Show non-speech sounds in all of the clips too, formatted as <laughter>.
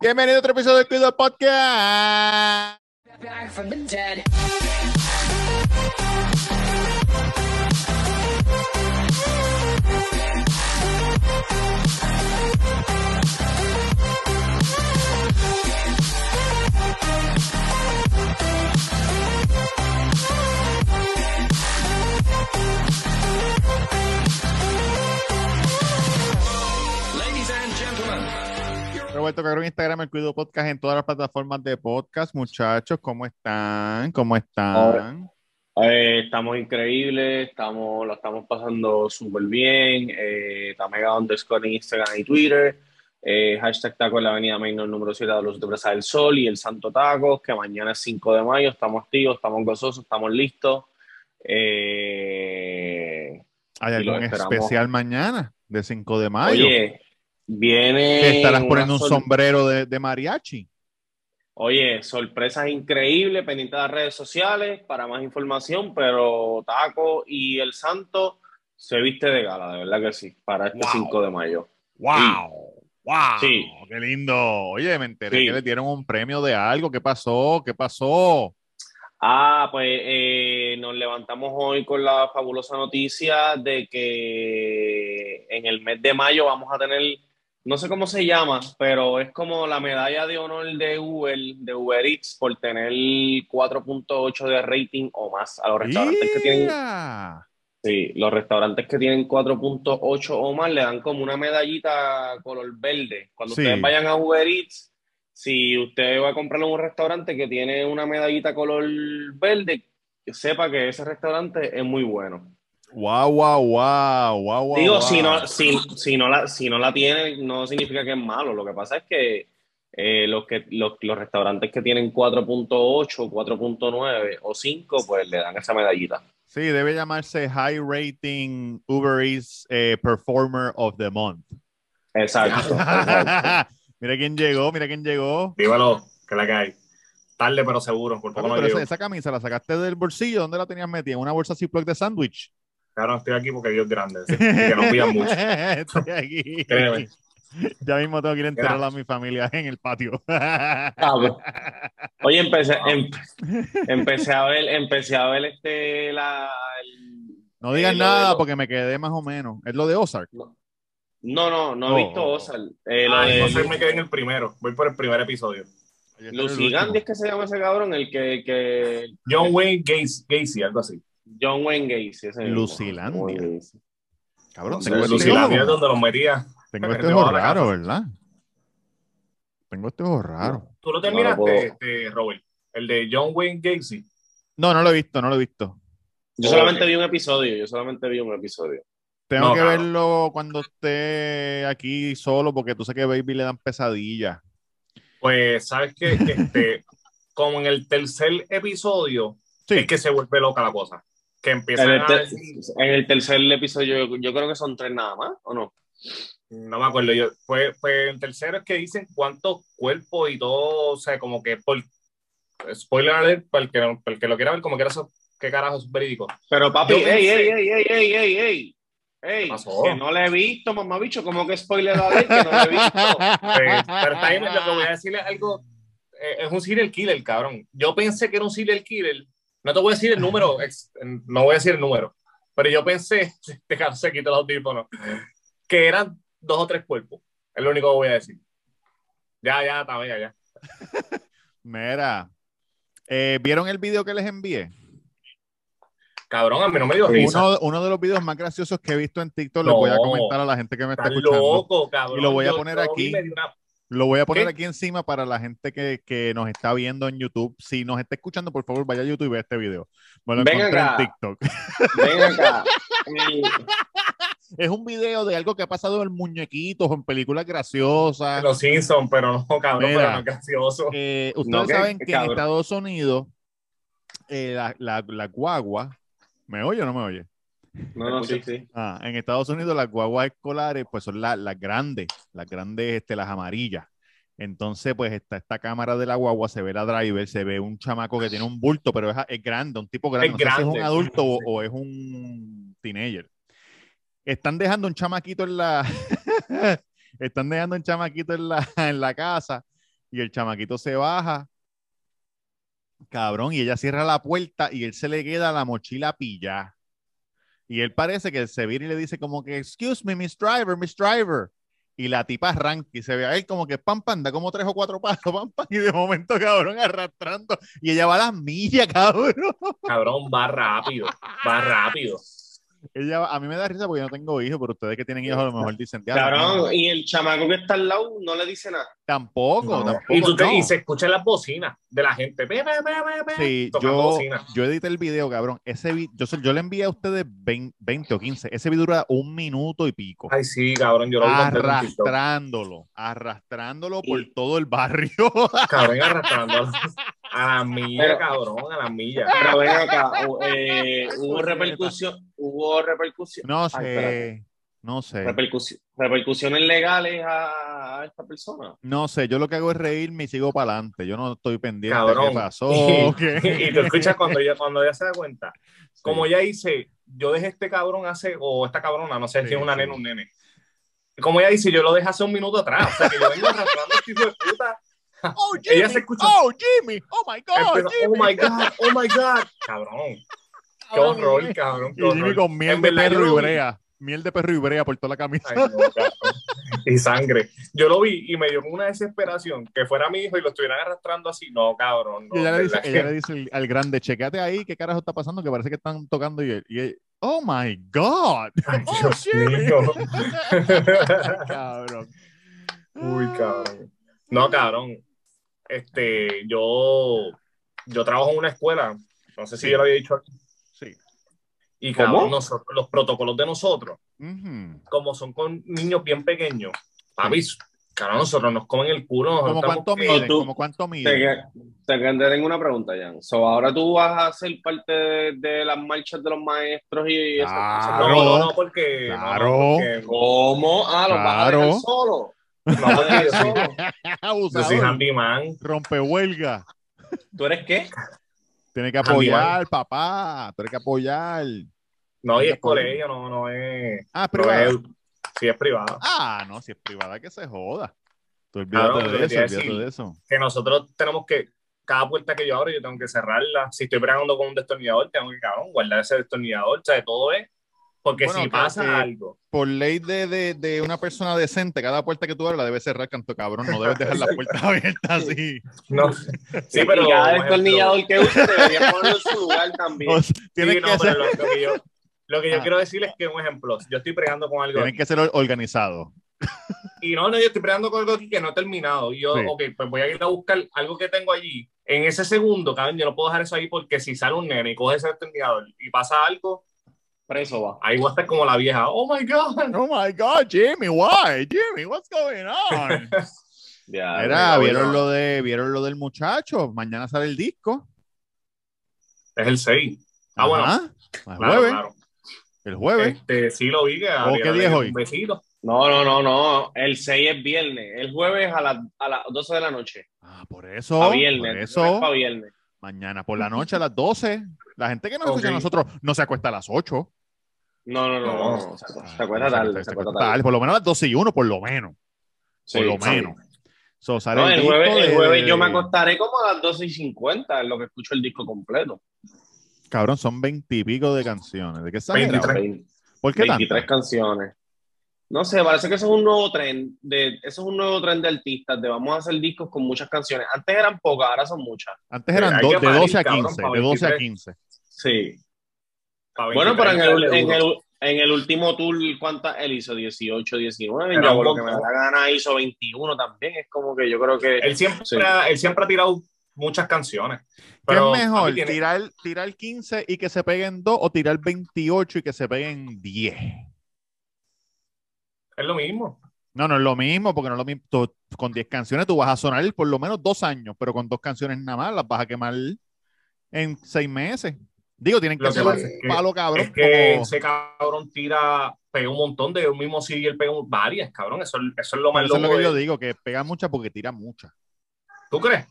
Bienvenido a otro episodio de Cuido Podcast. back from the dead. Ladies and gentlemen, Roberto Cabrón, Instagram, el Cuido Podcast en todas las plataformas de podcast. Muchachos, ¿cómo están? ¿Cómo están? Eh, estamos increíbles, estamos, lo estamos pasando súper bien. Eh, está mega underscore en Instagram y Twitter. Eh, hashtag taco en la avenida Mainor número 7 de los de Plaza del Sol y el Santo Tacos, que mañana es 5 de mayo. Estamos activos, estamos gozosos, estamos listos. Eh, ¿Hay Y los algún esperamos. especial mañana de 5 de mayo? oye, viene. ¿Te estarás poniendo un una sor- sombrero de, de mariachi? Oye, sorpresas increíbles, pendiente de las redes sociales para más información, pero Taco y el Santo se viste de gala, de verdad que sí, para este Wow. 5 de mayo. ¡Wow! ¡Wow! Sí. ¡Qué lindo! Oye, me enteré Sí. que le dieron un premio de algo. ¿Qué pasó? ¿Qué pasó? Ah, pues eh, nos levantamos hoy con la fabulosa noticia de que en el mes de mayo vamos a tener, no sé cómo se llama, pero es como la medalla de honor de Uber, de Uber Eats, por tener 4.8 de rating o más a los restaurantes que tienen. ¡Ea! Sí, los restaurantes que tienen 4.8 o más le dan como una medallita color verde. Cuando Sí. ustedes vayan a Uber Eats, si usted va a comprar en un restaurante que tiene una medallita color verde, que sepa que ese restaurante es muy bueno. ¡Wow, wow, wow! wow, wow, Digo, si wow. no, si, si no la, si no la tiene, no significa que es malo. Lo que pasa es que, eh, los, que los, los restaurantes que tienen 4.8, 4.9 o 5, pues le dan esa medallita. Sí, debe llamarse High Rating Uber Eats eh, Performer of the Month. <laughs> Exacto, exacto. mira quién llegó, mira quién llegó. Dímelo, que la que hay. Tarde, pero seguro. Por poco Papi, no pero llego. esa, esa camisa la sacaste del bolsillo, ¿dónde la tenías metida? ¿En ¿Una bolsa Ziploc de sándwich? Claro, no estoy aquí porque Dios es grande. sí, y que nos pillan <laughs> mucho. Estoy aquí. <laughs> Créeme. Ya mismo tengo que ir a enterrar a Gracias. mi familia en el patio. <laughs> Cabrón. Ah, pues. Oye, empecé, em- empecé a ver, empecé a ver este la el- No digas Eh, lo de nada lo- porque me quedé más o menos. Es lo de Ozark. no, no, no he Oh. visto Ozark. Eh, lo Ah, de no sé, me quedé en el primero. Voy por el primer episodio. Oye, este es el Lucy último. Gandhi es que se llama ese cabrón, el que, que John Wayne Gacy, Gacy algo así. John Wayne Gacy, ese mismo. Lucilandia. John Wayne Gacy. Cabrón, No tengo sé, este Lucy Lucilandia es ojo- donde los metía. tengo este te ojo va a la raro, casa. ¿verdad? Tengo este ojo raro. Tú lo No lo terminaste, puedo. este, Robert. El de John Wayne Gacy. No, no lo he visto, no lo he visto. Yo solamente vi un episodio, yo solamente vi un episodio. Tengo No, que claro. verlo cuando esté aquí solo, porque tú sabes que Baby le dan pesadillas. Pues, ¿sabes <laughs> qué? Este, como en el tercer episodio, Sí, es que se vuelve loca la cosa. Que En empiezan el, a ter- decir- en el tercer episodio, yo, yo creo que son tres nada más, ¿o no? No me acuerdo yo. Pues, pues el tercero es que dicen cuántos cuerpos y todo, o sea, como que por spoiler alert, para el que, no- para el que lo quiera ver, como que era eso, qué carajo es verídico. Pero papi, Yo ey, pensé- ey, ey, ey, ey, ey, ey. Ey, pasó? que no la he visto, mamá bicho, ¿cómo que spoiler a ver que no la he visto? <laughs> Pues, pero está bien, lo que voy a decirle es algo, eh, es un serial killer, cabrón. Yo pensé que era un serial killer. No te voy a decir el número, ex- no voy a decir el número, pero yo pensé, <laughs> te se quita los audífonos, que eran dos o tres cuerpos. Es lo único que voy a decir. Ya, ya, está bien, ya, ya. Mira, eh, ¿vieron el video que les envié? Cabrón, a mí no me dio risa. Uno, uno de los videos más graciosos que he visto en TikTok, lo No. voy a comentar a la gente que me está Estás escuchando. loco, cabrón. Y lo voy a Yo poner vi, aquí. me dio una- Lo voy a poner ¿Qué? aquí encima para la gente que, que nos está viendo en YouTube. Si nos está escuchando, por favor, vaya a YouTube y vea este video. Me lo Ven encontré acá. en TikTok. <laughs> Ven acá. Y- Es un video de algo que ha pasado en muñequitos, o en películas graciosas. Los Simpsons, pero no, cabrón, Ah. Mira. pero no es gracioso. Eh, ustedes No, que- saben que que en cabrón. Estados Unidos eh, la, la- la guagua, ¿me oye o no me oye? No, no, sí, sí. Ah, en Estados Unidos las guaguas escolares pues son la- las grandes, las grandes, este, las amarillas. Entonces pues está esta cámara de la guagua, se ve la driver, se ve un chamaco que tiene un bulto, pero es, es grande, un tipo grande, Es no sé si es grande. un adulto o, Sí. o es un teenager. Están dejando <laughs> un chamaquito en la... Están dejando un chamaquito en la, en la casa Y el chamaquito se baja. Cabrón, y ella cierra la puerta y él se le queda la mochila pillada. Y él parece que se viene y le dice como que, excuse me, Miss Driver, Miss Driver. Y la tipa arranca y se ve a él como que pam, pam, da como tres o cuatro pasos, <laughs> pam, pam, y de momento, cabrón, arrastrando. Y ella va a las millas, <laughs> cabrón. Cabrón, va rápido, va rápido. Ella, va- a mí me da risa porque yo no tengo hijos, pero ustedes que tienen hijos a lo mejor dicen, "Diablo, no". Cabrón, y el chamaco que está al lado no le dice nada. Tampoco, No. tampoco. Y, tú te- no. y se escuchan las bocinas de la gente. Pe, pe, pe, pe, pe, Sí, tocando yo, bocinas. yo edité el video, cabrón. Ese vi- yo, se- yo le envié a ustedes 20, 20 o 15. Ese video dura un minuto y pico. Ay, sí, cabrón, yo lo vi completo en TikTok. arrastrándolo, arrastrándolo por Y- todo el barrio. <laughs> Cabrón, arrastrando a la, a la milla, Pero- cabrón, a la milla. Pero ven acá, u- eh, hubo repercusión, hubo repercusión, Ah, No Ay, espérate. sé, no sé. repercusi- repercusiones legales a, a esta persona. No sé, yo lo que hago es reírme y sigo para adelante. Yo no estoy pendiente de Cabrón. qué pasó. <laughs> Y, qué- <laughs> tú escuchas cuando ella, cuando ella se da cuenta. Sí. Como ella dice, yo dejé este cabrón hace, o esta cabrona, no sé Sí, si es una sí. nena o un nene. Como ella dice, yo lo dejé hace un minuto atrás. O sea, que yo vengo arrastrando a este hijo de puta. Oh, Jimmy, Ella se escucha- oh, Jimmy, <laughs> oh my God, Empezó, Jimmy. oh my God, oh my God. Cabrón, qué Cabrón, horror, Jimmy. cabrón. Qué Y Jimmy horror. con miel En de verdad, perro yo y lo vi. brea. Miel de perro y brea por toda la camisa. Ay, no, cabrón. y sangre. Yo lo vi y me dio como una desesperación que fuera mi hijo y lo estuvieran arrastrando así. No, cabrón. no, <laughs> Y ella le dice, ¿verdad? ella le dice al- al grande, checate ahí, ¿qué carajo está pasando? Que parece que están tocando y, él- y él, oh my God. <laughs> Ay, <laughs> Oh, Dios Jimmy. mío. <laughs> cabrón. Ah, Uy, cabrón. No, cabrón. Este, yo, yo trabajo en una escuela. No sé si Sí. yo lo había dicho aquí. Sí. Y ¿Cómo? cabrón, nosotros, los protocolos de nosotros, Ujú. como son con niños bien pequeños, papi, cabrón, nosotros nos comen el culo. nosotros ¿Cómo estamos- cuánto miden? Y tú- ¿Cómo cuánto Te, miden? que- te, que- te tengo una pregunta, Jan. So, ahora tú vas a ser parte de, de las marchas de los maestros y, y esas Ah, cosas. No, Claro. no, no, porque. no, no, Claro. porque- ¿Cómo? Ah, los vas a Claro. dejar solo. Los vas a dejar solo. <laughs> Yo soy Abusador. handyman. Rompehuelga. ¿Tú eres qué? Tiene que Handyman. apoyar, papá. Tiene que apoyar. No, y es colegio, no, no es. Ah, No privada. es sí, es privado. Ah, no, si es privada que se joda. Tú olvídate Claro, lo de que te eso, iba a olvídate decir. de eso. que nosotros tenemos que, cada puerta que yo abro, yo tengo que cerrarla. Si estoy bregando con un destornillador, tengo que, cabrón, guardar ese destornillador. O sea, todo es. Porque Bueno, si claro pasa que- algo. por ley de, de, de una persona decente, cada puerta que tú abres la debes cerrar, canto cabrón. No debes dejar la puerta <laughs> abierta así. No. <laughs> Sí, Y pero. cada por ejemplo, destornillador que uses debería ponerlo en su lugar <laughs> también. O sea, sí, tienes, no, que pero ser, lo, lo que yo, lo que yo Ah. quiero decir es que, un ejemplo, yo estoy bregando con algo. tienes que ser organizado. Y no, no, yo estoy peleando con algo aquí que no he terminado. Y yo, Sí. ok, pues voy a ir a buscar algo que tengo allí. En ese segundo, cabrón, yo no puedo dejar eso ahí porque si sale un nene y coge ese destornillador y pasa algo, Preso va. ahí voy a estar como la vieja. Oh my God. Oh my God, Jimmy, why? Jimmy, what's going <laughs> on? Ya, Era, ya, vieron ya. lo, de, vieron lo del muchacho. Mañana sale el disco. Es el 6. Ah, bueno. Ajá. El Claro, jueves. claro. El jueves. Este, sí lo vi. Que había- qué día es hoy? Un besito. No, no, no, no. El 6 es viernes. El jueves a, las a las 12 de la noche. Ah, por eso. A por viernes. eso. Para viernes. Mañana por la noche a las 12. La gente que nos escucha a Ok. nosotros no se acuesta a las 8. No, no, no. No. no, no. Se, acu- se acuerda tarde. Se acuerda tarde. Por lo menos a las 12 y 1, por lo menos. Sí, por lo sí. menos. So, sale No, el disco jueves, el de- jueves yo me acostaré como a las 12 y 50 en lo que escucho el disco completo. Cabrón, son veintipico de canciones. ¿De qué sale? 23. Vein- ¿Por qué 23 tantas? canciones. No sé, parece que eso es un nuevo tren. De, eso es un nuevo tren de artistas, de vamos a hacer discos con muchas canciones. Antes eran pocas, ahora son muchas. Antes eran Hay do- que de parir, 12 a cabrón, 15. pa' de 12 a 23. 15. Sí. Pa' Bueno, pero en 23 el, en, seguro. el, en el último tour, ¿cuántas él hizo? 18, 19. Era Yo un lo que me da montón. la gana hizo 21 también. Es como que yo creo que. Él siempre, Sí. ha- él siempre ha tirado muchas canciones. ¿Qué Pero es mejor? papi, tiene- Tirar, tirar 15 y que se peguen 2 o tirar 28 y que se peguen 10. Es lo mismo. No, no es lo mismo, porque no es lo mismo. Tú- con 10 canciones tú vas a sonar por lo menos dos años, pero con dos canciones nada más las vas a quemar en seis meses. Digo, tienen que Lo que hacer pasa es un que- palo cabrón. es que como- ese cabrón tira, pega un montón de un mismo CD, él pega un- varias, cabrón. Eso, eso es lo más Eso es lo loco que yo de- digo, que pega muchas porque tira muchas. ¿Tú crees?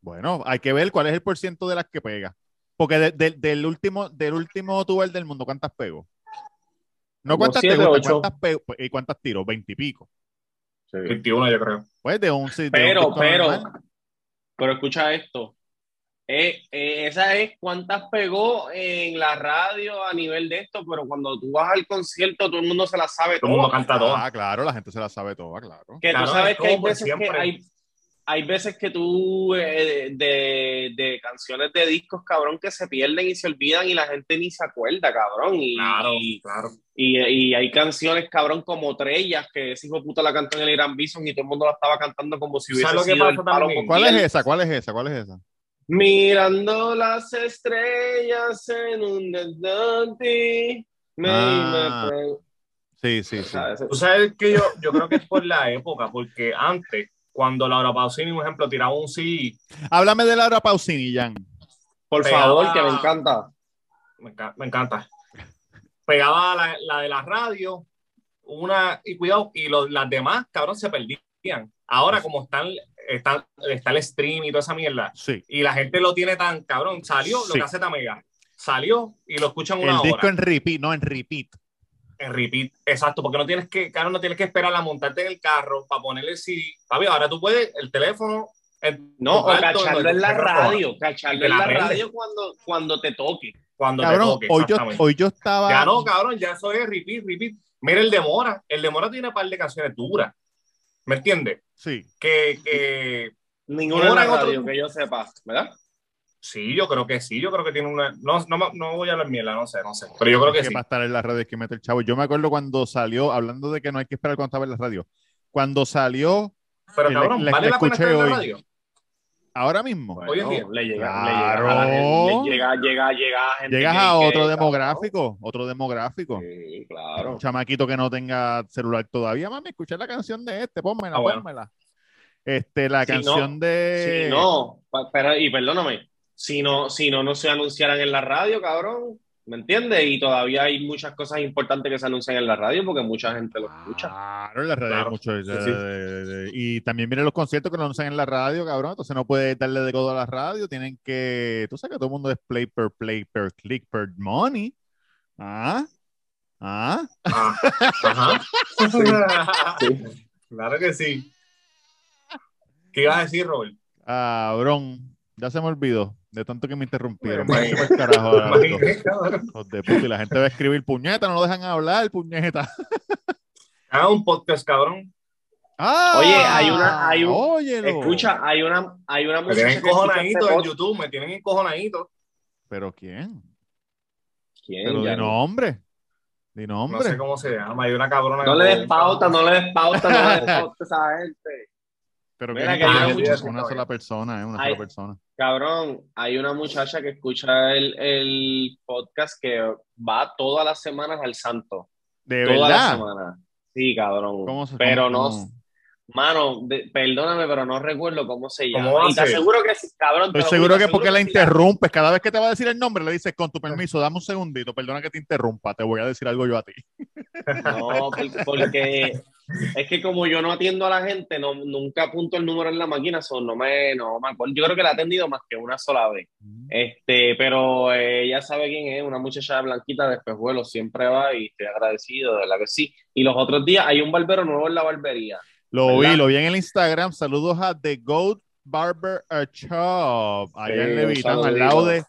Bueno, hay que ver cuál es el porciento de las que pega. Porque de- de- del último del último tour del mundo, ¿cuántas pegó? No Como cuántas te siete, gustan, ocho. cuántas pegó y cuántas tiro, veintipico. Sí. 21, yo creo. Pues de un sitio. Pero, pero, pero escucha esto. Eh, eh, esa es cuántas pegó en la radio a nivel de esto, pero cuando tú vas al concierto, todo el mundo se la sabe Todo el mundo todo. canta todo. Ah, claro, la gente se la sabe toda, claro. Que Claro, tú sabes es que hay como por veces que siempre. hay, hay veces que tú eh, de, de canciones de discos, cabrón, que se pierden y se olvidan y la gente ni se acuerda, cabrón. Y, Claro, y, claro. y hay canciones, cabrón, como Trellas, que ese hijo de puta la cantó en el Irán Bison y todo el mundo la estaba cantando como si hubiese ¿Sabes lo que sido el pasa palo también? ¿Cuál mundial. es esa? ¿Cuál es esa? ¿Cuál es esa? Mirando las estrellas en un desdante. Me, Ah, me pre- Sí, sí, sí. ¿sabes? Tú sabes que yo, yo creo que es por la época, porque antes, cuando Laura Pausini, por ejemplo, tiraba un CD, Háblame de Laura Pausini, Jan. Por pegaba- favor, que me encanta. me, enca- me encanta, pegaba la, la de la radio, una, y cuidado, y los, las demás, cabrón, se perdían. Ahora, como están, están, está el stream y toda esa mierda, Sí. y la gente lo tiene tan, cabrón, salió lo Sí. que hace Tamega, salió y lo escuchan El una disco hora. en repeat, no en repeat. En repeat, exacto, porque no tienes que, claro, no tienes que esperar a montarte en el carro para ponerle el CD. Papi, ahora tú puedes, el teléfono. el- No, o tocar todo cacharlo el- en la el teléfono, radio. Cacharlo Te en la la prende. radio cuando, cuando te toque. Cuando Cabrón, te toque, hoy yo, exactamente. hoy yo estaba. Ya no, cabrón, ya eso es repeat, repeat. Mira el de Mora, el de Mora tiene un par de canciones duras. ¿Me entiendes? Sí. Que, que Ninguna en Ahora la en otro- radio que yo sepa, ¿verdad? sí, yo creo que sí, yo creo que tiene una. No, no, me- no voy a hablar mierda, no sé, no sé. Pero yo creo que que sí. para estar en las redes que mete el chavo. Yo me acuerdo cuando salió, hablando de que no hay que esperar cuando estaba en la radio. Cuando salió Pero Le- cabrón, le- ¿vale le la pena escuché estar en hoy. la radio? ahora mismo, Hoy en día. le llega, Claro. le llega, a la gente, le llega, llega, llega a gente llegas que- a que- otro demográfico, otro demográfico. Sí, Un claro. chamaquito que no tenga celular todavía, mami, escucha la canción de este, pónmela, Ah, bueno. pónmela. Este, la Si no, canción de. Si no, pa- pero, y perdóname, si no, si no, no se anunciaran en la radio, cabrón, ¿me entiendes? Y todavía hay muchas cosas importantes que se anuncian en la radio porque mucha gente lo escucha. Claro, en las redes Claro. hay mucho. Sí, sí. de- de- Y también vienen los conciertos que no anuncian en la radio, cabrón. Entonces no puedes darle de codo a la radio. Tienen que. Tú sabes que todo el mundo es play per play per click per money. Ah, ah. Ah, ajá. <laughs> Claro que sí. ¿Qué ibas a decir, Robert? Cabrón, ya se me olvidó de tanto que me interrumpieron. Bueno, Váyanse pa'l <laughs> carajo, los dos, Imagínate, cabrón. hijos de puta. Y la gente va a escribir puñeta, no lo dejan hablar, puñeta. <laughs> Haga un podcast, cabrón. Ah, Oye, hay una- hay un- óyelo. Escucha, hay una, hay una Me muchacha tienen que escucha este encojonadito en pod- YouTube, me tienen encojonadito. ¿Pero quién? ¿Quién? Pero Ya di no. nombre. Di No nombre. sé cómo se llama, hay una cabrona. No que- le des pauta, no le des pauta, no le des <laughs> pauta a esa gente. Pero Mira ¿quién? que Ah, yo- una- yo- una yo- sola persona, eh, una Ay. sola persona. Cabrón, hay una muchacha que escucha el, el podcast que va todas las semanas al santo. De Todas las verdad. semanas. Sí, cabrón. ¿Cómo se- Pero cómo- no, cómo? mano, de- perdóname, pero no recuerdo cómo se ¿Cómo llama. va Y te a ser? aseguro que sí, cabrón. te Estoy lo seguro juro, que te porque la aseguro que sí, cabrón. interrumpes, cada vez que te va a decir el nombre, le dices, con tu permiso, dame un segundito, perdona que te interrumpa, te voy a decir algo yo a ti. No, por- porque es que como yo no atiendo a la gente, no, nunca apunto el número en la máquina, so no me, no me acuerdo. Yo creo que la he atendido más que una sola vez. Este, pero eh, ella sabe quién es, una muchacha blanquita de espejuelo, siempre va y estoy agradecido, de la que sí. Y los otros días hay un barbero nuevo en la barbería. Lo ¿Verdad? vi, lo vi en el Instagram. Saludos a The Goat Barber Shop. Allá Sí, en un Levitown, al saludito. lado de.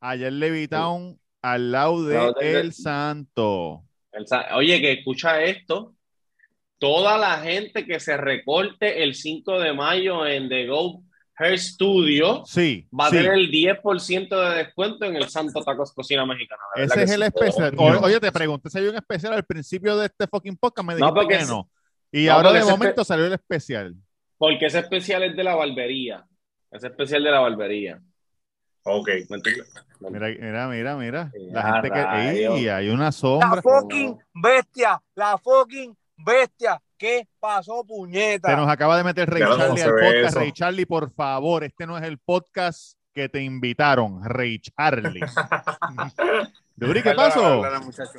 Allá en Levitown, al lado de Al lado de- El Santo. Él sa- Oye, que escucha esto. Toda la gente que se recorte el 5 de mayo en The Go Hair Studio Sí, va a sí. tener el 10% de descuento en el Santo Tacos Cocina Mexicana. la verdad Ese es que el sí. especial. Oh, Dios. O- oye, te pregunté si había un especial al principio de este fucking podcast. Me No, dijiste porque que es- no. Y no, ahora porque de ese momento salió el especial. Porque ese especial es de la barbería. Ese especial de la barbería. Ok. ¿Me entiendes? Mira, mira, mira, mira. Sí, La ah, gente que. rayos. ¡Ey! hay una La sombra. fucking bestia, la fucking bestia. ¿Qué pasó, puñeta? Se nos acaba de meter Ray Ya no Charlie se al ve podcast. eso. Ray Charlie, por favor, este no es el podcast que te invitaron, Ray Charlie. <laughs> Duri, ¿qué Perdona, pasó? perdona, muchacho.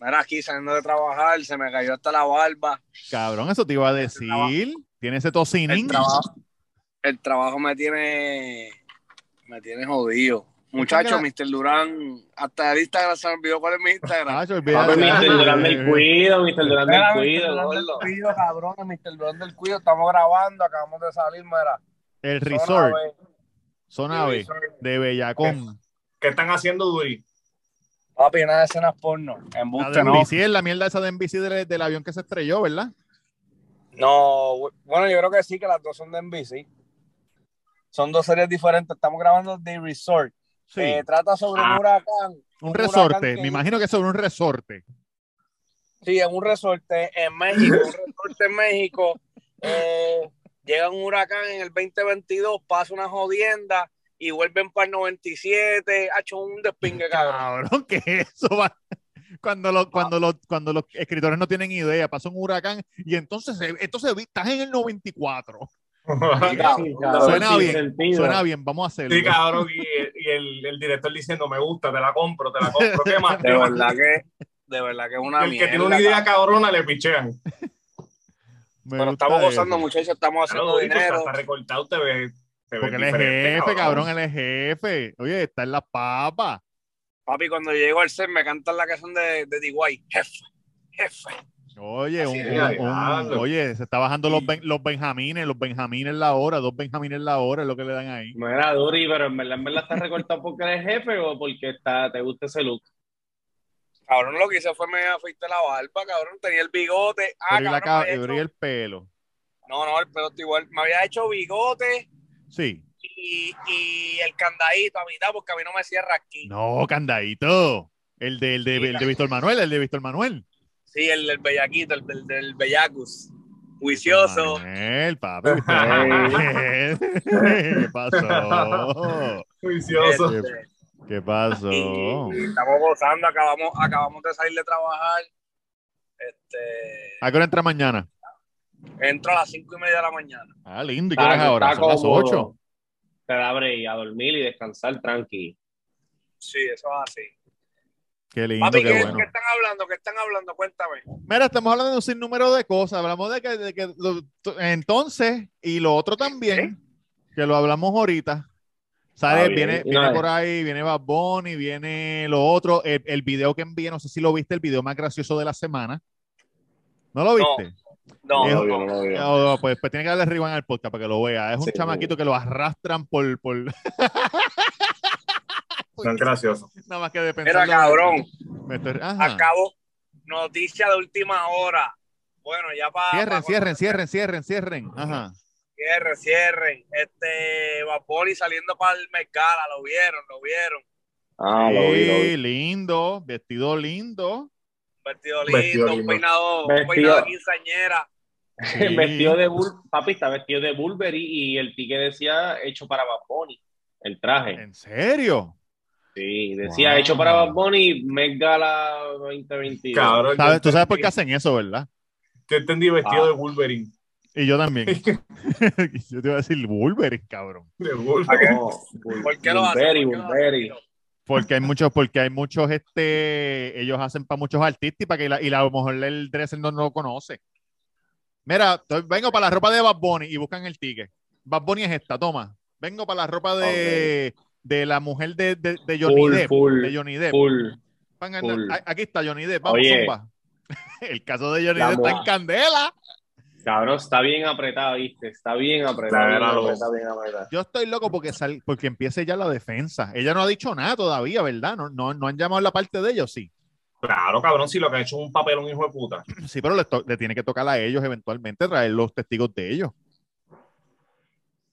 Mira, aquí saliendo de trabajar, se me cayó hasta la barba. Cabrón, eso te iba a decir. Tiene ese tocinín. El trabajo, el trabajo me tiene, me tiene jodido. Muchachos, Mr. Durán, hasta el Instagram se me olvidó cuál es mi Instagram. Nacho, Ah, olvídate. pues, Mr. Durán del Cuido, Mr. Durán del Espérame, Cuido, Mr. Durán del gordo. Cuido, cabrón, Mr. Durán del Cuido, estamos grabando, acabamos de salir, mira. El Zona resort, B, zona B, resort. de Bellacón. ¿Qué están haciendo, <laughs> Duri? Papi, nada de escenas porno. En La de no. NBC, es la mierda esa de NBC del, del avión que se estrelló, ¿verdad? No, bu- bueno, yo creo que sí, que las dos son de NBC. Son dos series diferentes. Estamos grabando The Resort. Sí. Eh, que trata sobre un Ah. huracán. un un resorte, huracán que- me imagino que sobre un resorte. Sí, en un resorte en México. Un resorte en México. eh, llega un huracán en el 2022, pasa una jodienda y vuelven para el 97. Ha hecho un despingue, cabrón. Cabrón, que eso va. <laughs> Cuando los, cuando, los, cuando los escritores no tienen idea, pasa un huracán y entonces, se- entonces vi- estás en el 94. Sí, Suena sin bien, sentido. Suena bien, vamos a hacerlo. Sí, cabrón, y, y el, el director diciendo, me gusta, te la compro, te la compro, ¿qué más? <laughs> De verdad que, de verdad que es el una que mierda. tiene una idea cabrona le pichean. Me Pero gusta estamos eso. gozando, muchachos, estamos haciendo Claro, Duri, pues, dinero. Hasta recortado te ve. te ve Porque él es diferente, jefe, cabrón, él es jefe. Oye, está en las papas. Papi, cuando llego al set me cantan la canción de, de D.Y. Jefe, jefe. Oye, Así un- es, un- un- diablo. oye, se está bajando los, Y- ben- los benjamines, los benjamines la hora, dos benjamines la hora es lo que le dan ahí. Mira, Duri, pero en verdad, en verdad está recortado porque eres jefe o porque está, te gusta ese look. Cabrón, lo que hice fue me afeité la barba, cabrón. Tenía el bigote. Ah, Pero y, la cabrón, ca- me había pero y hecho- el pelo. No, no, el pelo está igual. Me había hecho bigote Sí. y, y el candadito a mitad porque a mí no me cierra aquí. No, candadito. El de, el de, el de Víctor Manuel, el de Víctor Manuel. Sí, el del bellaquito, el del, del bellacus. Juicioso. Manuel, papi. usted. <laughs> ¿Qué pasó? <laughs> Juicioso. Este, ¿Qué pasó? y estamos gozando, acabamos, acabamos de salir de trabajar. Este, ¿A qué hora entra mañana? entro a las cinco y media de la mañana. Ah, lindo. ¿Y qué hora es Está- ahora? está Son las cómodo. 8. Te da break a dormir y descansar tranqui. Sí, eso es así. Qué lindo, Papi, qué ¿qué, bueno. qué están hablando? ¿Qué están hablando? Cuéntame. Mira, estamos hablando de un sinnúmero de cosas. Hablamos de que, de que lo- t- entonces, y lo otro también, que lo hablamos ahorita. Sale, Ah, bien, viene, una viene vez. por ahí, viene Bad Bunny, viene lo otro. El, el video que envié, no sé si lo viste, el video más gracioso de la semana. ¿No lo No, viste? No, Es- no, Obvio, no lo veo. No, pues, pues tiene que darle arriba al podcast para que lo vea. Es un Sí. chamaquito que lo arrastran por. por... <laughs> Tan gracioso. Nada más que de pensar. Era cabrón. Me estoy- Ajá. Acabo. Noticia de última hora. Bueno, ya para. Cierren, cierren, cierren, cierren, cierren. Ajá. Cierren, cierren. Este, Vapori saliendo para el Mercala, lo vieron, lo vieron. Ah, lo vi, lo vi. Sí, lindo, vestido lindo. Vestido lindo, Vestido un lindo. peinado, un Vestido. peinado de quinceañera. Sí. <laughs> Vestido de Bul papi, está vestido de Bulberry y el ticket decía hecho para Bad Bunny, el traje. ¿En serio? Sí, decía Wow. hecho para Bad Bunny, Met Gala 2022. Cabrón. yo ¿Sabes- tú sabes por entendí- qué hacen eso, ¿verdad? Yo entendí vestido Ah. de Wolverine. Y yo <laughs> también. yo te iba a decir Wolverine, cabrón. De Wolverine. No, ¿Por qué lo hacen? Bulberry, ¿Por qué lo Bulberry. hacen? Porque hay muchos, porque hay muchos, este, ellos hacen para muchos artistas y para que la, y la- a lo mejor el dresser no, no lo conoce. Mira, estoy- vengo para la ropa de Bad Bunny y buscan el ticket. Bad Bunny es esta, toma. Vengo para la ropa de, de la mujer de, de, de Johnny Full, Depp. full, de Johnny Depp. Full. Van a- full. a- Aquí está Johnny Depp. Vamos, Oye. zumba. <laughs> El caso de Johnny La Depp está en moda. candela. Cabrón, está bien apretado, ¿viste? Está bien apretado. Claro. bien apretado, bien apretado. Yo estoy loco porque, sal- porque empiece ya la defensa. Ella no ha dicho nada todavía, ¿verdad? No, no, no han llamado la parte de ellos, sí. <clears throat> Claro, cabrón, si lo que ha hecho es un papelón, hijo de puta. Sí, pero le, to- le tiene que tocar a ellos eventualmente traer los testigos de ellos.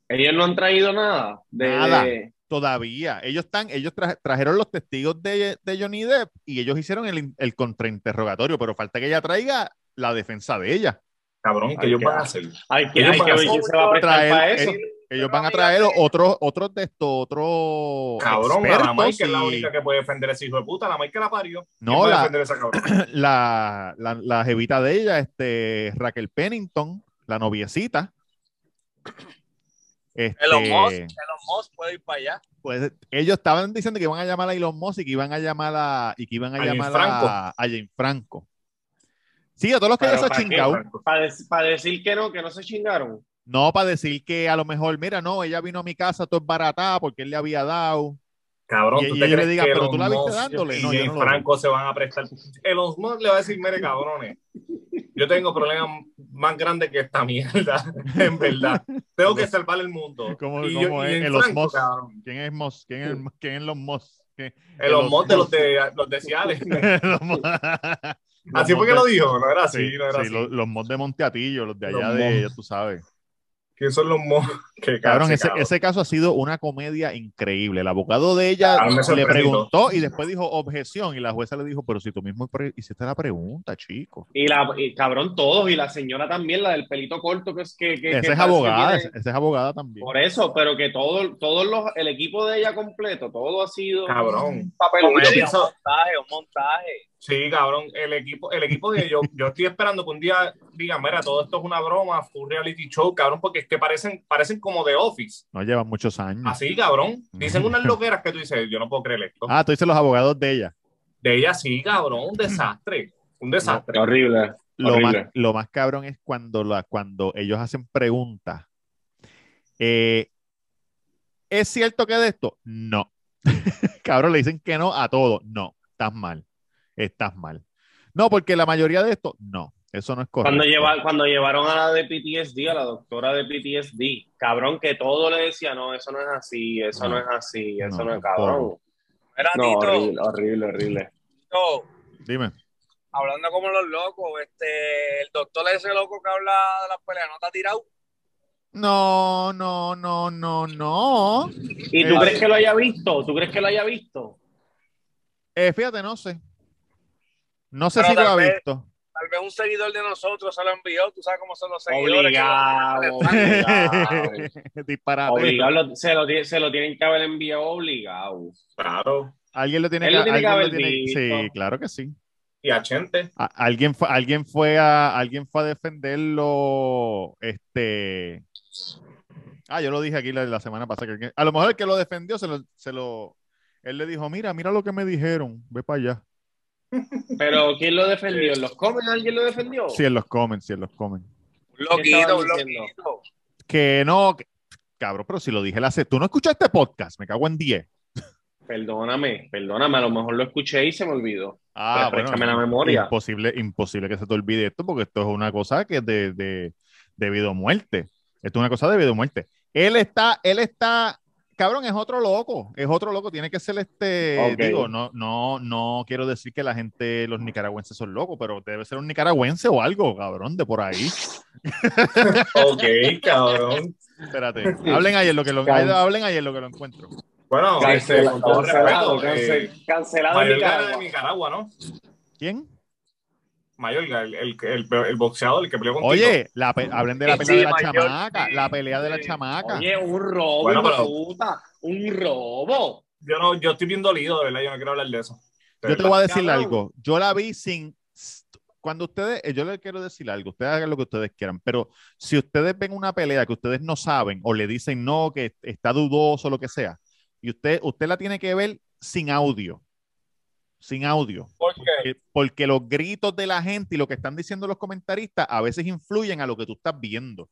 Ellos no han traído nada. De, Nada. de- Todavía. Ellos están, ellos tra- trajeron los testigos de, de Johnny Depp y ellos hicieron el, in- el contrainterrogatorio, pero falta que ella traiga la defensa de ella. Cabrón, que Ay, ellos qué van a asco. hacer. hay que, Ellos hay que van a ver quién se va a prestar Traer- para eh, eso. ellos Pero van a amiga, traer sí. otros otros de estos, otros Cabrón, a la Mike es la y- única que puede defender a ese hijo de puta. La Mike que la parió. ¿Quién No, puede la, defender a esa cabrón? la, la, la jevita de ella, este, Raquel Pennington, la noviecita. Este, Elon Musk, Elon Musk puede ir para allá. pues, ellos estaban diciendo que iban a llamar a Elon Musk y que iban a llamar a, y que iban a, A Jane llamar Franco. a, a Jane Franco. Sí, a todos los que Pero esos ¿para qué, chingados. Para dec- para decir que no, que no se chingaron. No, para decir que a lo mejor, mira, no, ella vino a mi casa, todo es baratada porque él le había dado. Cabrón, Y- tú y te ellos le crees digan, que "Pero Elon tú la viste Musk dándole". y No, yo James no lo vi. Franco se van a prestar. Elon Musk le va a decir, mire, cabrones, yo tengo problemas más grandes que esta mierda, <laughs> en verdad. Tengo que salvar <laughs> el mundo. ¿Cómo- y cómo es? James Elon Franco, Musk. cabrón. ¿Quién es Moss? ¿Quién es, quién es los Moss? ¿Quién- Elon Elon Musk de los de, los de Ciales. <laughs> los Moss? <laughs> Así fue que lo dijo, no era Sí, así, no era sí, así. los, los Moss de Monteatillo, los de Los allá de, ya tú sabes. ¿Quién son los Musk? Cabrón, Qué cabrón, ese, cabrón. ese caso ha sido una comedia increíble. El abogado de ella Claro, me le sorprendió. preguntó y después dijo objeción y la jueza le dijo, pero si tú mismo pre- hiciste la pregunta, chico. Y la y, cabrón todos, y la señora también, la del pelito corto que es que... que- que Esa es parece abogada, que esa tiene- esa es abogada también. Por eso, pero que todo, todos los, el equipo de ella completo, todo ha sido Cabrón. un papel Yo medio. pienso- Un montaje, un montaje. Sí, cabrón, el equipo, el equipo de yo, yo estoy esperando que un día digan, mira, todo esto es una broma, fue un reality show, cabrón, porque es que parecen, parecen como The Office. No llevan muchos años. Así, cabrón. <laughs> Dicen unas loqueras que tú dices, yo no puedo creer esto. Mm. Ah, tú dices los abogados de ella. De ella sí, cabrón, un desastre. Un desastre. Horrible. Lo más, Horrible. lo más cabrón es cuando, la, cuando ellos hacen preguntas. Eh, ¿Es cierto que de esto? No. <laughs> cabrón, le dicen que no a todo. No, estás mal. Estás mal. No, porque la mayoría de esto, no. Eso no es correcto. Cuando, lleva, cuando llevaron a la de PTSD, a la doctora de PTSD, cabrón, que todo le decía, no, eso no es así, eso no, No. es así, eso No, no, es cabrón. Mira, No, Tito, horrible, horrible, horrible. Tito, Dime. hablando como los locos, este, el doctor ese loco que habla de las peleas, ¿no te ha tirado? No, no, no, no, no. ¿Y tú Eh, crees que lo haya visto? ¿Tú crees que lo haya visto? Eh, fíjate, no sé. No sé Pero si lo tal ha vez- visto. Tal vez un seguidor de nosotros se lo envió, tú sabes cómo son los seguidores. que Obligado, lo- obligado. <laughs> Disparate. Obligado, lo- se, lo, ti- se lo tienen que haber enviado obligado. Claro. Alguien lo tiene Él lo tiene que alguien haber visto. Sí, claro que sí. Y a Chente. A- alguien, fue, alguien, fue a, alguien fue a defenderlo. Este. Ah, yo lo dije aquí la, la semana pasada. que alguien- a lo mejor el que lo defendió se lo, se lo. Él le dijo: Mira, mira lo que me dijeron. Ve para allá. Pero ¿quién lo defendió? ¿En los comments alguien lo defendió? Sí, en los comments, sí, en los comments. Un loquito, un ¿Qué estaban diciendo? loquito. Que no. que- cabrón, pero si lo dije la se- Tú no escuchaste podcast. Me cago en 10. Perdóname, perdóname, a lo mejor lo escuché y se me olvidó. Ah, Refrescame bueno, la memoria. Imposible, imposible que se te olvide esto, porque esto es una cosa que es de, de, de vida o muerte. Esto es una cosa de vida o muerte. Él está, él está, cabrón, es otro loco, es otro loco, tiene que ser este, Ok. digo, no, no, no quiero decir que la gente, los nicaragüenses son locos, pero debe ser un nicaragüense o algo, cabrón, de por ahí. Ok, cabrón. Espérate, <laughs> hablen ayer lo que lo, Cabrón. hablen ayer lo que lo encuentro. Bueno, este, Cancela- con todo cancelado, respeto, eh, cance- cancelado en Mayorga de Nicaragua. Nicaragua, ¿no? ¿Quién? Mayorga, el, el, el, el boxeador, el que peleó con Tito. Oye, la pe- hablen de la Sí, pelea de la mayor, chamaca, sí, la pelea de la sí. chamaca. Eh, Oye, un robo, Bueno, hijo de pero- puta, un robo. Yo, no, yo estoy bien dolido, de verdad, yo no quiero hablar de eso. Yo te De verdad. voy a decir Cabrón. algo. Yo la vi sin. Cuando ustedes, eh, yo les quiero decir algo, ustedes hagan lo que ustedes quieran, pero si ustedes ven una pelea que ustedes no saben o le dicen no, que está dudoso, lo que sea, y usted, usted la tiene que ver sin audio, sin audio, ¿Por qué? eh, porque los gritos de la gente y lo que están diciendo los comentaristas a veces influyen a lo que tú estás viendo.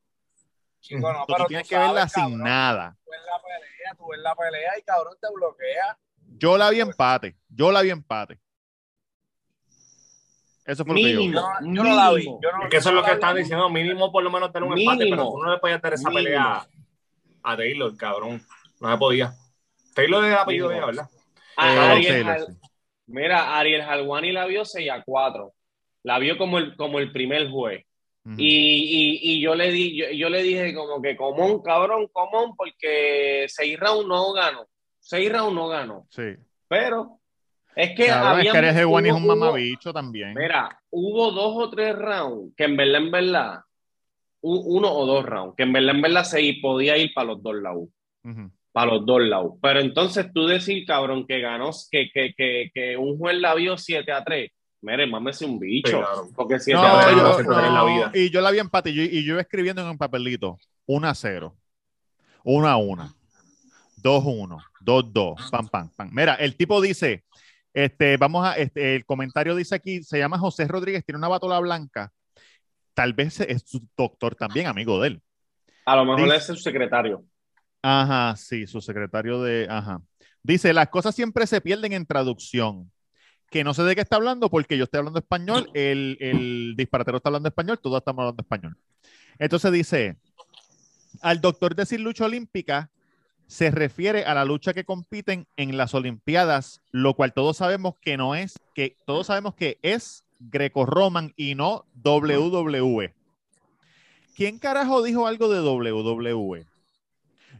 Chico, no, Tú pero tienes tú que verla sabes, cabrón, sin nada. Tú ves la pelea, tú ves la pelea y cabrón te bloquea. Yo la vi Pues empate, yo la vi empate. Eso fue lo que yo vi. Yo, Mínimo. no- yo no la vi. Mínimo. yo no- Es que eso es yo lo no que la están vi. diciendo, mínimo por lo menos tener un empate, Mínimo. pero tú no le podías dar esa Mínimo. pelea a, a Taylor, cabrón. No se podía. Taylor es el apellido de ella, Mínimo. ¿verdad? A Ah, Eh, Ah, Ariel Taylor, Hal- sí. Mira, Ariel Halwani la vio 6 a 4. La vio como el, como el primer juez. Ujú. Y, y- y yo, le di, yo, yo le dije como que común, cabrón, común, porque 6 rounds no ganó. 6 rounds no ganó. Sí. Pero es que... Cabrón, es habían- que Ariel Helwani es hubo- un hubo- mamabicho también. Mira, hubo dos o tres rounds que en verdad, en verdad, u- uno o dos rounds, que en verdad, en verdad se i- podía ir para los dos lados, Ujú. para los dos lados. Pero entonces tú decir, cabrón, que ganó, que, que, que, que un juez la vio 7 a 3. Mire, mámese un bicho. Sí, claro. Porque 7 No, a 3 yo- se puede en la no, vida. Y yo la vi empate y yo, y yo escribiendo en un papelito 1 a 0, 1 a 1, 2 a 1, 2 a 2, pam, pam, pam. Mira, el tipo dice, este, vamos a, este, el comentario dice aquí, se llama José Rodríguez, tiene una batola blanca. Tal vez es su doctor también, amigo de él. A lo mejor Dice- es el secretario. Ajá, sí, su secretario de, ajá. Dice, las cosas siempre se pierden en traducción. Que no sé de qué está hablando porque yo estoy hablando español, el, el disparatero está hablando español, todos estamos hablando español. Entonces dice, al doctor decir lucha olímpica se refiere a la lucha que compiten en las Olimpiadas, lo cual todos sabemos que no es, que todos sabemos que es greco-roman y no WWE. ¿Quién carajo dijo algo de WWE?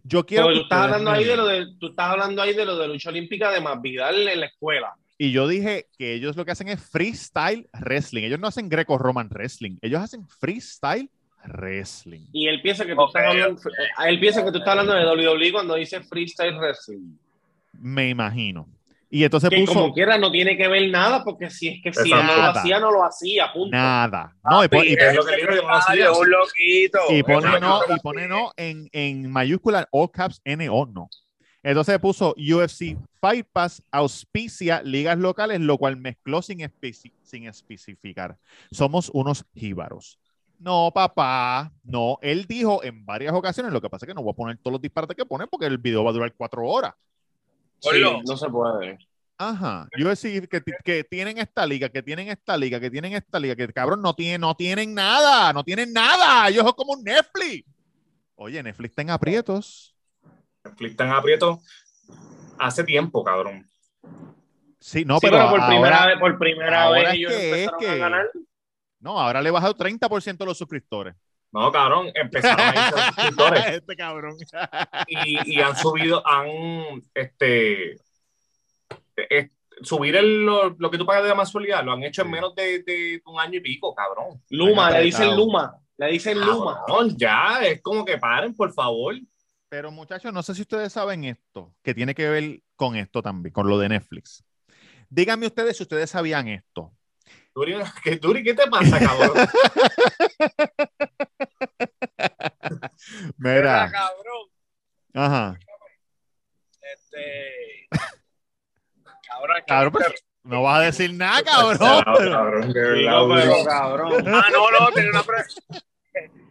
Yo quiero. Pero que tú estás ustedes hablando me ahí de digan. lo de, tú estás hablando ahí de lo de lucha olímpica de Masvidal en la escuela. Y yo dije que ellos lo que hacen es freestyle wrestling. Ellos no hacen greco-roman wrestling. Ellos hacen freestyle wrestling. Y él piensa que tú estás Ok. hablando, eh, él piensa que tú estás hablando de WWE cuando dice freestyle wrestling. Me imagino. Y entonces Que como puso quiera no tiene que ver nada, porque si es que si Exacto. no lo Nada. hacía, no lo hacía, punto. nada. No, y, po- y- Es lo que el libro llamaba así, Ay, un loquito. y pone Exacto. no, y pone no en, en mayúscula all caps NO, no. Entonces puso UFC Fight Pass auspicia ligas locales, lo cual mezcló sin, especi- sin especificar. Somos unos jíbaros. No, papá, no. Él dijo en varias ocasiones, lo que pasa es que no voy a poner todos los disparates que pone porque el video va a durar cuatro horas. Sí, Ponlo. no se puede. Ajá. Yo decir que, ti- que tienen esta liga, que tienen esta liga, que tienen esta liga, que cabrón, no tienen, no tienen nada, no tienen nada. Ellos son como un Netflix. Oye, Netflix está en aprietos. Netflix está en aprieto hace tiempo, cabrón. Sí, no, Sí, pero, pero, por ahora, primera vez, por primera ahora vez es ellos que es empezaron que- a ganar. no, ahora le he bajado 30% a los <laughs> suscriptores. No, cabrón, empezaron a irse los suscriptores <laughs> este cabrón. y, y han subido, han, este, es- subir el- lo, lo que tú pagas de la mensualidad, lo han hecho en Sí. menos de, de un año y pico, cabrón. Luma, Venga, le dicen apretado. Luma, le dicen Luma. Cabrón, ya, es como que paren, por favor. Pero muchachos, no sé si ustedes saben esto, que tiene que ver con esto también, con lo de Netflix. Díganme ustedes si ustedes sabían esto. Duri, <laughs> ¿qué, Duri, ¿qué te pasa, cabrón? Mira, cabrón. ajá. Este. Cabrón, es que- Cabrón, pues, pero no vas a decir nada, <laughs> cabrón. cabrón, de verdad, Digo, Duri. pero cabrón. Ah, no, no, tenía una pre- <laughs>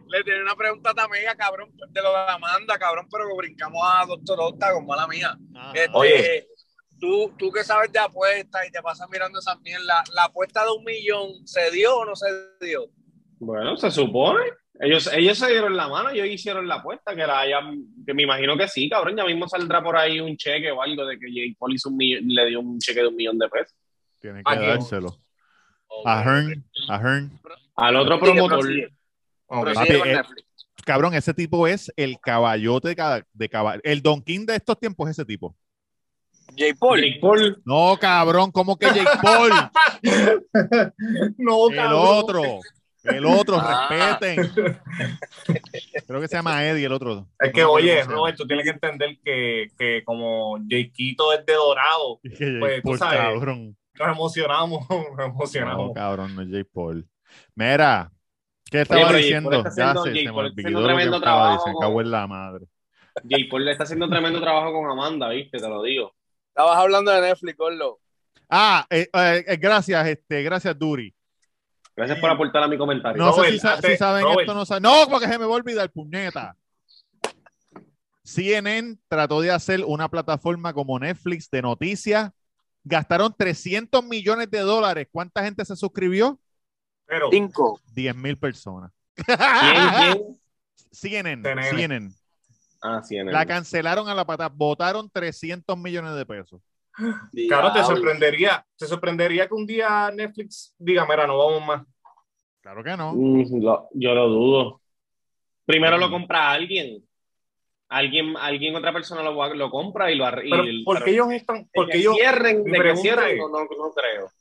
Le tenía una pregunta a Tamega, cabrón, de lo de Amanda, cabrón, pero brincamos a Doctor Octagon, mala mía. Ajá. Eh, Este, Oye. Tú, tú que sabes de apuestas y te pasas mirando esas mierdas, ¿la apuesta de un millón se dio o no se dio? Bueno, se supone. Ellos, ellos se dieron la mano, ellos hicieron la apuesta, que la hayan, que me imagino que sí, cabrón. Ya mismo saldrá por ahí un cheque o algo de que Jake Paul hizo un millo- le dio un cheque de un millón de pesos. Tiene que ¿A quién? dárselo. A Hearn, a Hearn. Al otro Sigue, promotor. prosigue. Ok. Prosigue Papi, con eh, Netflix. Cabrón, ese tipo es el caballote de, ca- de caballo. El Don King de estos tiempos es ese tipo. Jay Paul. Jake Paul. No, cabrón, ¿cómo que <laughs> Jake Paul? No, El cabrón. otro. El otro, Ah. <laughs> respeten. Creo que se llama Eddie el otro. Es que, No me acuerdo oye, cómo se llama. Robert, tú tienes que entender que, que como Jaquito es de dorado, Es que Jake pues, tú Paul, sabes. cabrón. nos emocionamos, <laughs> nos No, emocionamos. cabrón, no es Jake Paul. Mira, ¿qué pero estaba Jake Paul diciendo? está haciendo- ya sé, Jake se me Paul está olvidó lo haciendo que tremendo estaba trabajo diciendo. con- Cago en la madre. Jake Paul le está haciendo tremendo trabajo con Amanda, ¿viste? Te lo digo. Estabas hablando de Netflix, Orlo. Ah, eh, eh, gracias, este, gracias, Duri. Gracias por aportar a mi comentario. No sé Robert, si, sa- hazte- si saben Robert. esto, no saben. No, porque se me va a olvidar, puñeta. CNN trató de hacer una plataforma como Netflix de noticias. Gastaron 300 millones de dólares. ¿Cuánta gente se suscribió? Pero, Cinco. 10 mil personas. <laughs> ¿Quién? ¿Quién? CNN, CNN. CNN. Ah, sí, en el- La cancelaron a la pata. Votaron 300 millones de pesos. claro, te Diablo. sorprendería, te sorprendería que un día Netflix diga, mira, no vamos más. Claro que no. Mm, lo- yo lo dudo. Primero Mm. lo compra alguien. Alguien, alguien otra persona lo, va- lo compra y lo arre- y- Pero, ¿por qué pero- ellos están, por de qué que ellos, cierren, de mi que pregunta cierren, es- no, no- no creo.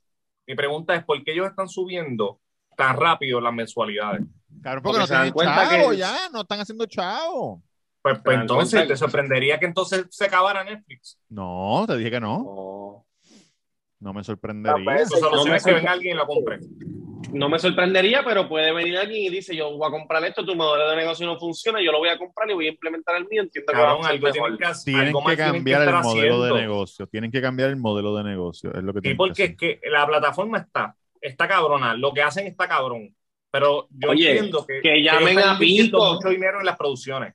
mi pregunta es, ¿por qué ellos están subiendo tan rápido las mensualidades? Claro, porque, porque no se dan tienen cuenta que- chavo ya. No están haciendo chavo. Pues, pues Ah, entonces, entonces- te sorprendería que entonces se acabara Netflix. No, te dije que no. No, No me sorprendería. Eso solo No si me- es que venga alguien y la compre. No me sorprendería, pero puede venir alguien y dice, yo voy a comprar esto, tu modelo de negocio no funciona, yo lo voy a comprar y voy a implementar el mío, entiendo que Cabrón, va a ser algo tienen mejor. que, hacer, Tienen algo que más tienen cambiar el estar modelo haciendo. de negocio. Tienen que cambiar el modelo de negocio. Es lo que Sí, tienen porque que hacer. es que la plataforma está, está cabrona, lo que hacen está cabrón. Pero yo Oye, entiendo que, que llamen ellos están a invirtiendo Pico. mucho dinero en las producciones.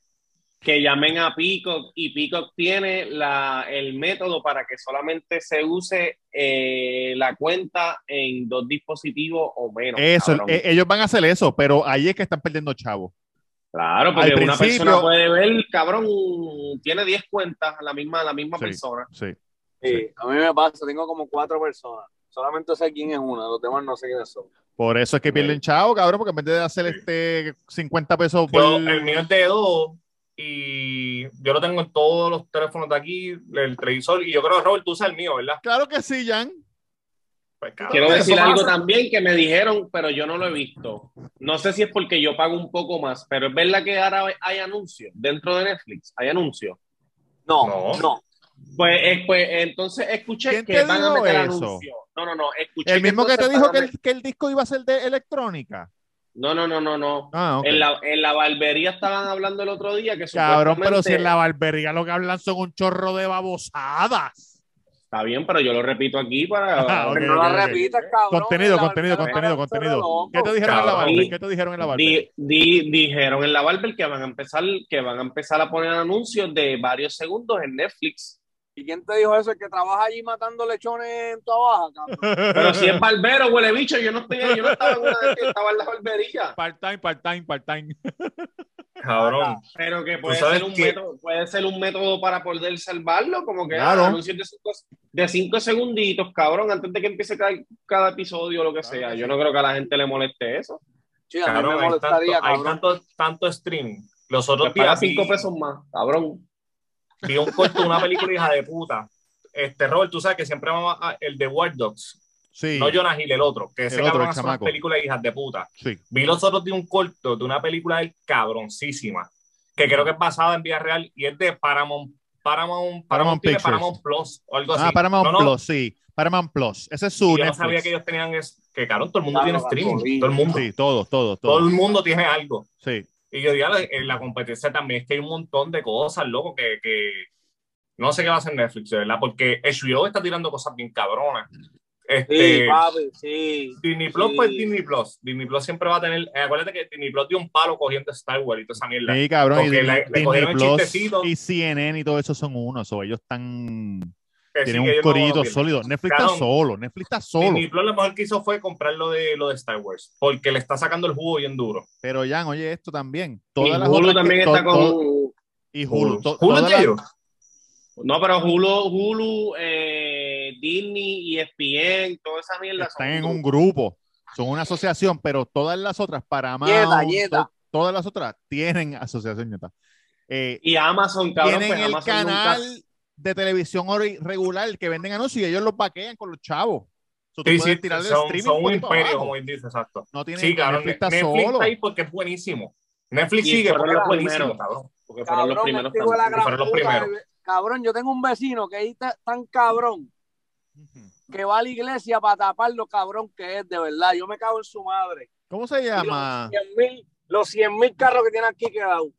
que llamen a Peacock y Peacock tiene la, el método para que solamente se use eh, la cuenta en dos dispositivos o menos. Eso, cabrón. eh, e- ellos van a hacer eso, pero ahí es que están perdiendo chavo. Claro, porque al una principio- persona puede ver, cabrón, tiene 10 cuentas, la misma, la misma Sí. persona. Sí. Sí, a mí me pasa, tengo como cuatro personas. Solamente sé quién es una, los demás no sé quiénes son. Por eso es que pierden chavo, cabrón, porque en vez de hacer este 50 pesos por... Yo, el mío es de dos y yo lo tengo en todos los teléfonos de aquí, el televisor, y yo creo, Robert, tú usas el mío, ¿verdad? Claro que sí, Jan. Pues, cabrón, Quiero eso decir pasa. algo también que me dijeron, pero yo no lo he visto. No sé si es porque yo pago un poco más, pero es verdad que ahora hay anuncios dentro de Netflix, hay anuncios. No, No. no. Pues, eh, pues entonces escuché ¿Quién que te van a dijo eso? meter anuncios. No, no, no, escuché. El mismo que te entonces dijo van a que met- el, que el disco iba a ser de electrónica. No, no, no, no, no. Ah, ok. En, la, en la barbería estaban hablando el otro día que Cabrón, pero si supuestamente- en la barbería lo que hablan son un chorro de babosadas. Está bien, pero yo lo repito aquí para... <laughs> Ah, ok, no la ok, ok. repitas, cabrón. Contenido, La- contenido, la- contenido, la- contenido. loco. ¿Qué te dijeron en la Cabrón. barber? ¿Qué te dijeron en la barber? Di- di- dijeron en la Barber que van a empezar que van a empezar a poner anuncios de varios segundos en Netflix. ¿Y quién te dijo eso? El que trabaja allí matando lechones en tu baja, cabrón. <laughs> Pero si es barbero, huele bicho, yo no estoy, yo no estaba en una de que estaba en la barbería. Part-time, part-time, part-time. Cabrón. Pero que puede sabes ser un que- método, puede ser un método para poder salvarlo, como que Claro. ah, anuncios de cinco, de cinco segunditos, cabrón, antes de que empiece cada, cada episodio o lo que Claro sea. que Yo sí. no creo que a la gente le moleste eso. Sí, a mí Cabrón, me hay, tanto, molestaría, hay cabrón. tanto, tanto streaming. Los Le otros paga días cinco vi- pesos más, cabrón. vi un corto de una película hija de puta. Este, Robert, tú sabes que siempre vamos a el de War Dogs, Sí, no Jonah Hill, el otro, que El se otro, cabrón el hace unas chamaco. películas hijas de puta. sí. Vi los otros de un corto de una película del cabroncísima, que creo que es basada en vida real y es de Paramount, Paramount, Paramount, Paramount tiene Pictures. Paramount Plus o algo así. Ah, Paramount No, no, Plus, sí. Paramount Plus. Ese es su y Yo no Netflix. sabía que ellos tenían es que cabrón, todo el mundo Claro, tiene streaming, gasolina. todo el mundo, Sí, todos, todos, todo el todos. mundo tiene algo. Sí. Y yo digo, en la competencia también es que hay un montón de cosas, loco, que, que no sé qué va a hacer Netflix, de verdad, porque HBO está tirando cosas bien cabronas. Este, Sí, papi, sí. Disney Plus, Sí. pues Disney Plus. Disney Plus siempre va a tener. eh, acuérdate que Disney Plus dio un palo cogiendo Star Wars y toda esa mierda. Sí, cabrón. Y Porque la- le Disney cogieron el Plus chistecito. y CNN y todo eso son unos. O ellos están. Que sí, Tienen un que ellos no van a corillito ver. sólido. Netflix está Cabrón. solo. Netflix está solo. Disney Plus lo mejor que hizo fue comprar lo de, lo de Star Wars, porque le está sacando el jugo bien duro. Pero Jan, oye, esto también. y Todas las Hulu otras que- también to- está con... to- Y Hulu. Hulu. to- Hulu todas es de las- ellos. No, pero Hulu, Hulu eh, Disney, ESPN, toda esa mierda. son están en un grupo, son una asociación, pero todas las otras, Paramount, Nieta, nieta. to- todas las otras tienen asociación, nieta. Eh, Y Amazon, cabrón. tienen pues el Amazon nunca- canal de televisión ori- regular que venden anuncios y ellos los vaquean con los chavos. So, tú Sí, puedes sí, tirar el son, streaming son por un ahí para imperio, abajo. como él dice, exacto. No tiene Sí, cabrón. Netflix está solo. está ahí porque es buenísimo. Netflix Y sigue fueron porque es los buenísimo, primeros. cabrón. Porque fueron Cabrón, los primeros el hijo de la también. gran Fueron los puta, primeros. bebé. Cabrón, yo tengo un vecino que ahí está tan cabrón Ujú. que va a la iglesia para tapar lo cabrón que es, de verdad. Yo me cago en su madre. ¿Cómo se llama? Y Los 100 mil, los 100 mil carros que tiene aquí quedado.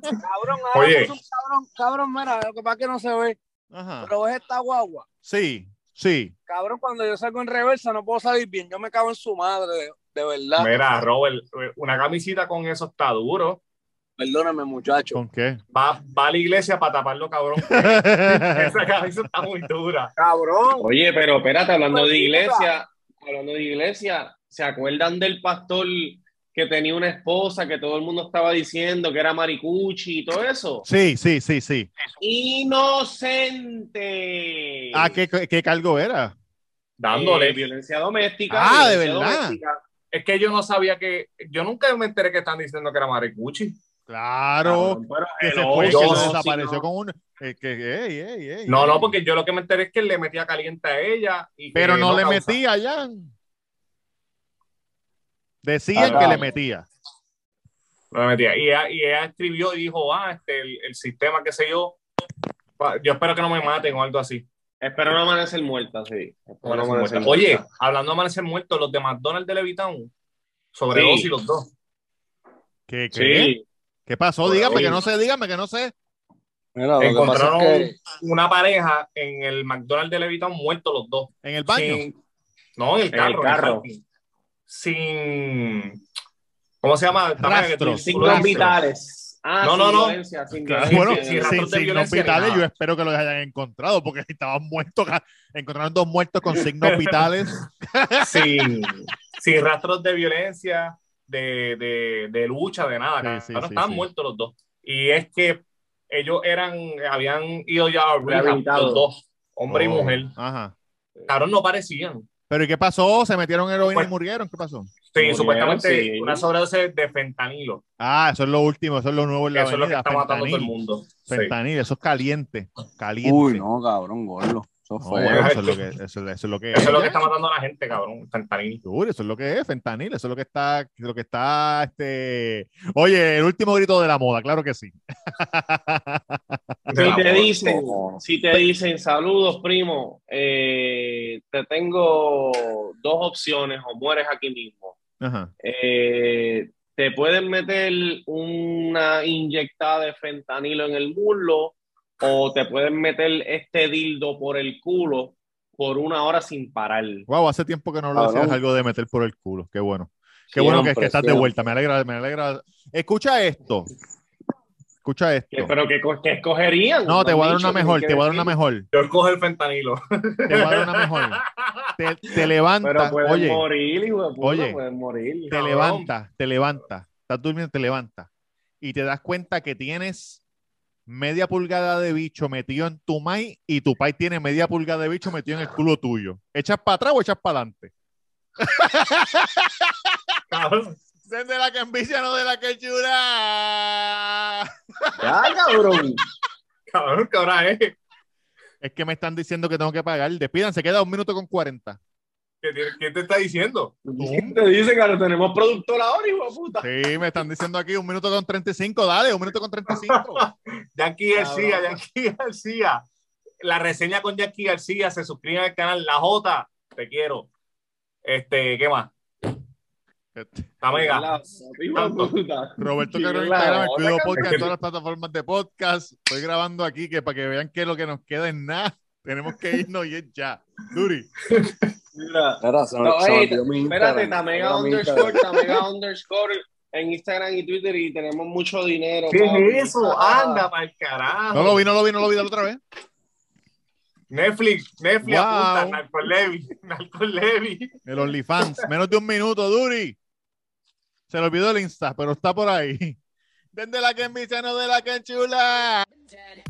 cabrón, ahora Oye. puso un cabrón, cabrón, mira, lo que pasa es que no se ve, Ajá. pero es esta guagua. Sí, sí. Cabrón, cuando yo salgo en reversa no puedo salir bien. Yo me cago en su madre, de, de verdad. Mira, Robert, eh, una camisita con eso está duro. Perdóname, muchacho. ¿Con qué? Va, va a la iglesia para taparlo, cabrón. <laughs> Esa camisa está muy dura. Cabrón. Oye, pero espérate, hablando de Maldita. iglesia, hablando de iglesia, ¿se acuerdan del pastor que tenía una esposa que todo el mundo estaba diciendo que era maricuchi y todo eso? <laughs> Sí, sí, sí, sí. ¡Inocente! ¿A Ah, qué, qué cargo era? Dándole. Eh, violencia doméstica. Ah, de violencia verdad. doméstica. Es que yo no sabía que. Yo nunca me enteré que están diciendo que era Maricuchi. Claro. Cabrón, pero Que se el fue, que odio, se otro, si desapareció no- con un. eh, que, ey, ey, ey, No, ey. no, porque yo lo que me enteré es que él le metía caliente a ella. Y que Pero no, le causa- metía, Jan. Decían Ah, que no. le metía. No le metía. Y ella, y ella escribió y dijo, ah, este, el, el sistema, qué sé yo. pa- Yo espero que no me maten o algo así. Espero no amanecer muerta, sí. Espero no Amanecer amanecer muerto. muerta. Oye, hablando de amanecer muerto, los de McDonald's de Levitown, sobre dos Sí. y los dos. ¿Qué, qué? sí. ¿Qué pasó? Por dígame ahí. que no sé, dígame que no sé. Mira, lo que Encontraron pasa es que- una pareja en el McDonald's de Levitown muertos los dos. En el baño. Sin- no, en el En el carro. carro. parking. sin. ¿Cómo se llama? Tamara, que tú- Rastros, tú sin lo Signos dices. vitales. Ah, No, sin no, no. violencia, sin Ah, Claro, violencia. bueno, sí, sin, sin rastros de signos violencia ni vitales, nada. yo espero que los hayan encontrado, porque <laughs> estaban muertos, ca- encontraron dos muertos con signos vitales. sin, sin rastros de violencia, de, de- de lucha, de nada. Sí, sí, Cabrón, sí, estaban sí. muertos los dos. Y es que ellos eran, habían ido ya a rehab, Rehabilitados. los dos, <laughs> hombre y Oh, mujer. Ajá. Cabrón, no parecían. Pero ¿y qué pasó? ¿Se metieron heroína Pues- y murieron? ¿Qué pasó? Sí, Murieron, supuestamente sí. una sobredosis de fentanilo. Ah, eso es lo último, eso es lo nuevo en la Eso es lo que avenida, está matando a todo el fentanil. mundo. Sí. Fentanil, eso es caliente. Caliente. Uy, no, cabrón, gordo. Eso No, fue. bueno, eso es lo que, eso, es- eso es lo que Eso es lo que está matando a la gente, cabrón. Fentanilo. Dude, eso es lo que es, fentanil, eso es lo que está, lo que está, este... Oye, el último grito de la moda, claro que sí. De Si la te moda. dicen, No. si te dicen, saludos, primo, eh, te tengo dos opciones o mueres aquí mismo. Ajá. Eh, te pueden meter una inyectada de fentanilo en el muslo o te pueden meter este dildo por el culo por una hora sin parar. Wow, hace tiempo que no lo Cabrón. hacías algo de meter por el culo, qué bueno. Qué Siempre, bueno que, que estás de siempre. vuelta, me alegra, me alegra. Escucha esto, escucha ¿Qué- esto. ¿Pero qué, co- qué escogerían? No, te han voy a dar dicho, una mejor, tienen te voy a dar que una decir. mejor, Yo escojo el fentanilo. <laughs> te voy a dar una <laughs> mejor. Te, te Pero levantas, pueden oye, morir, hijo de puta, Oye. pueden morir. te levantas, te levantas, estás durmiendo, te levantas y te das cuenta que tienes media pulgada de bicho metido en tu maíz y tu país tiene media pulgada de bicho metido en el culo tuyo. ¿Echas para atrás o echas para adelante? Cabrón. De la que envicia, no de la que chura. Ya, <laughs> cabrón. Cabrón, ¿qué hora es? Es que me están diciendo que tengo que pagar. Despídanse, queda un minuto con 40. ¿Qué tiene- ¿Quién te está diciendo? Te dice que tenemos productor ahora, hijo de puta. Sí, me están diciendo aquí un minuto con 35. Dale, un minuto con 35. Jackie García, Jackie <laughs> García. La reseña con Jackie García. Se suscriben al canal La Jota. Te quiero. Este, ¿qué más? Este. Tamega. La- hijo de puta. Roberto Sí, Caro en la Instagram, hora, Cuido cabrón. Podcast en todas las plataformas de podcast. Estoy grabando aquí que para que vean que lo que nos queda es nada. Tenemos que irnos y es ya. Duri. Mira, Espera, se me- No, se me ey, olvidó mi Espérate, Instagram. Tamega Era mi Instagram. underscore, Tamega underscore en Instagram y Twitter y tenemos mucho dinero. ¿Qué papi. es eso? Ah, Anda, mal carajo. No lo vi, no lo vi, no lo vi dale otra vez. Netflix, Netflix, Wow. apunta. Narco Levy, <laughs> Narco Levy. El OnlyFans. Menos de un minuto, Duri. Se le olvidó el Insta, pero está por ahí. Desde la que envicia, no de la que chula. dead.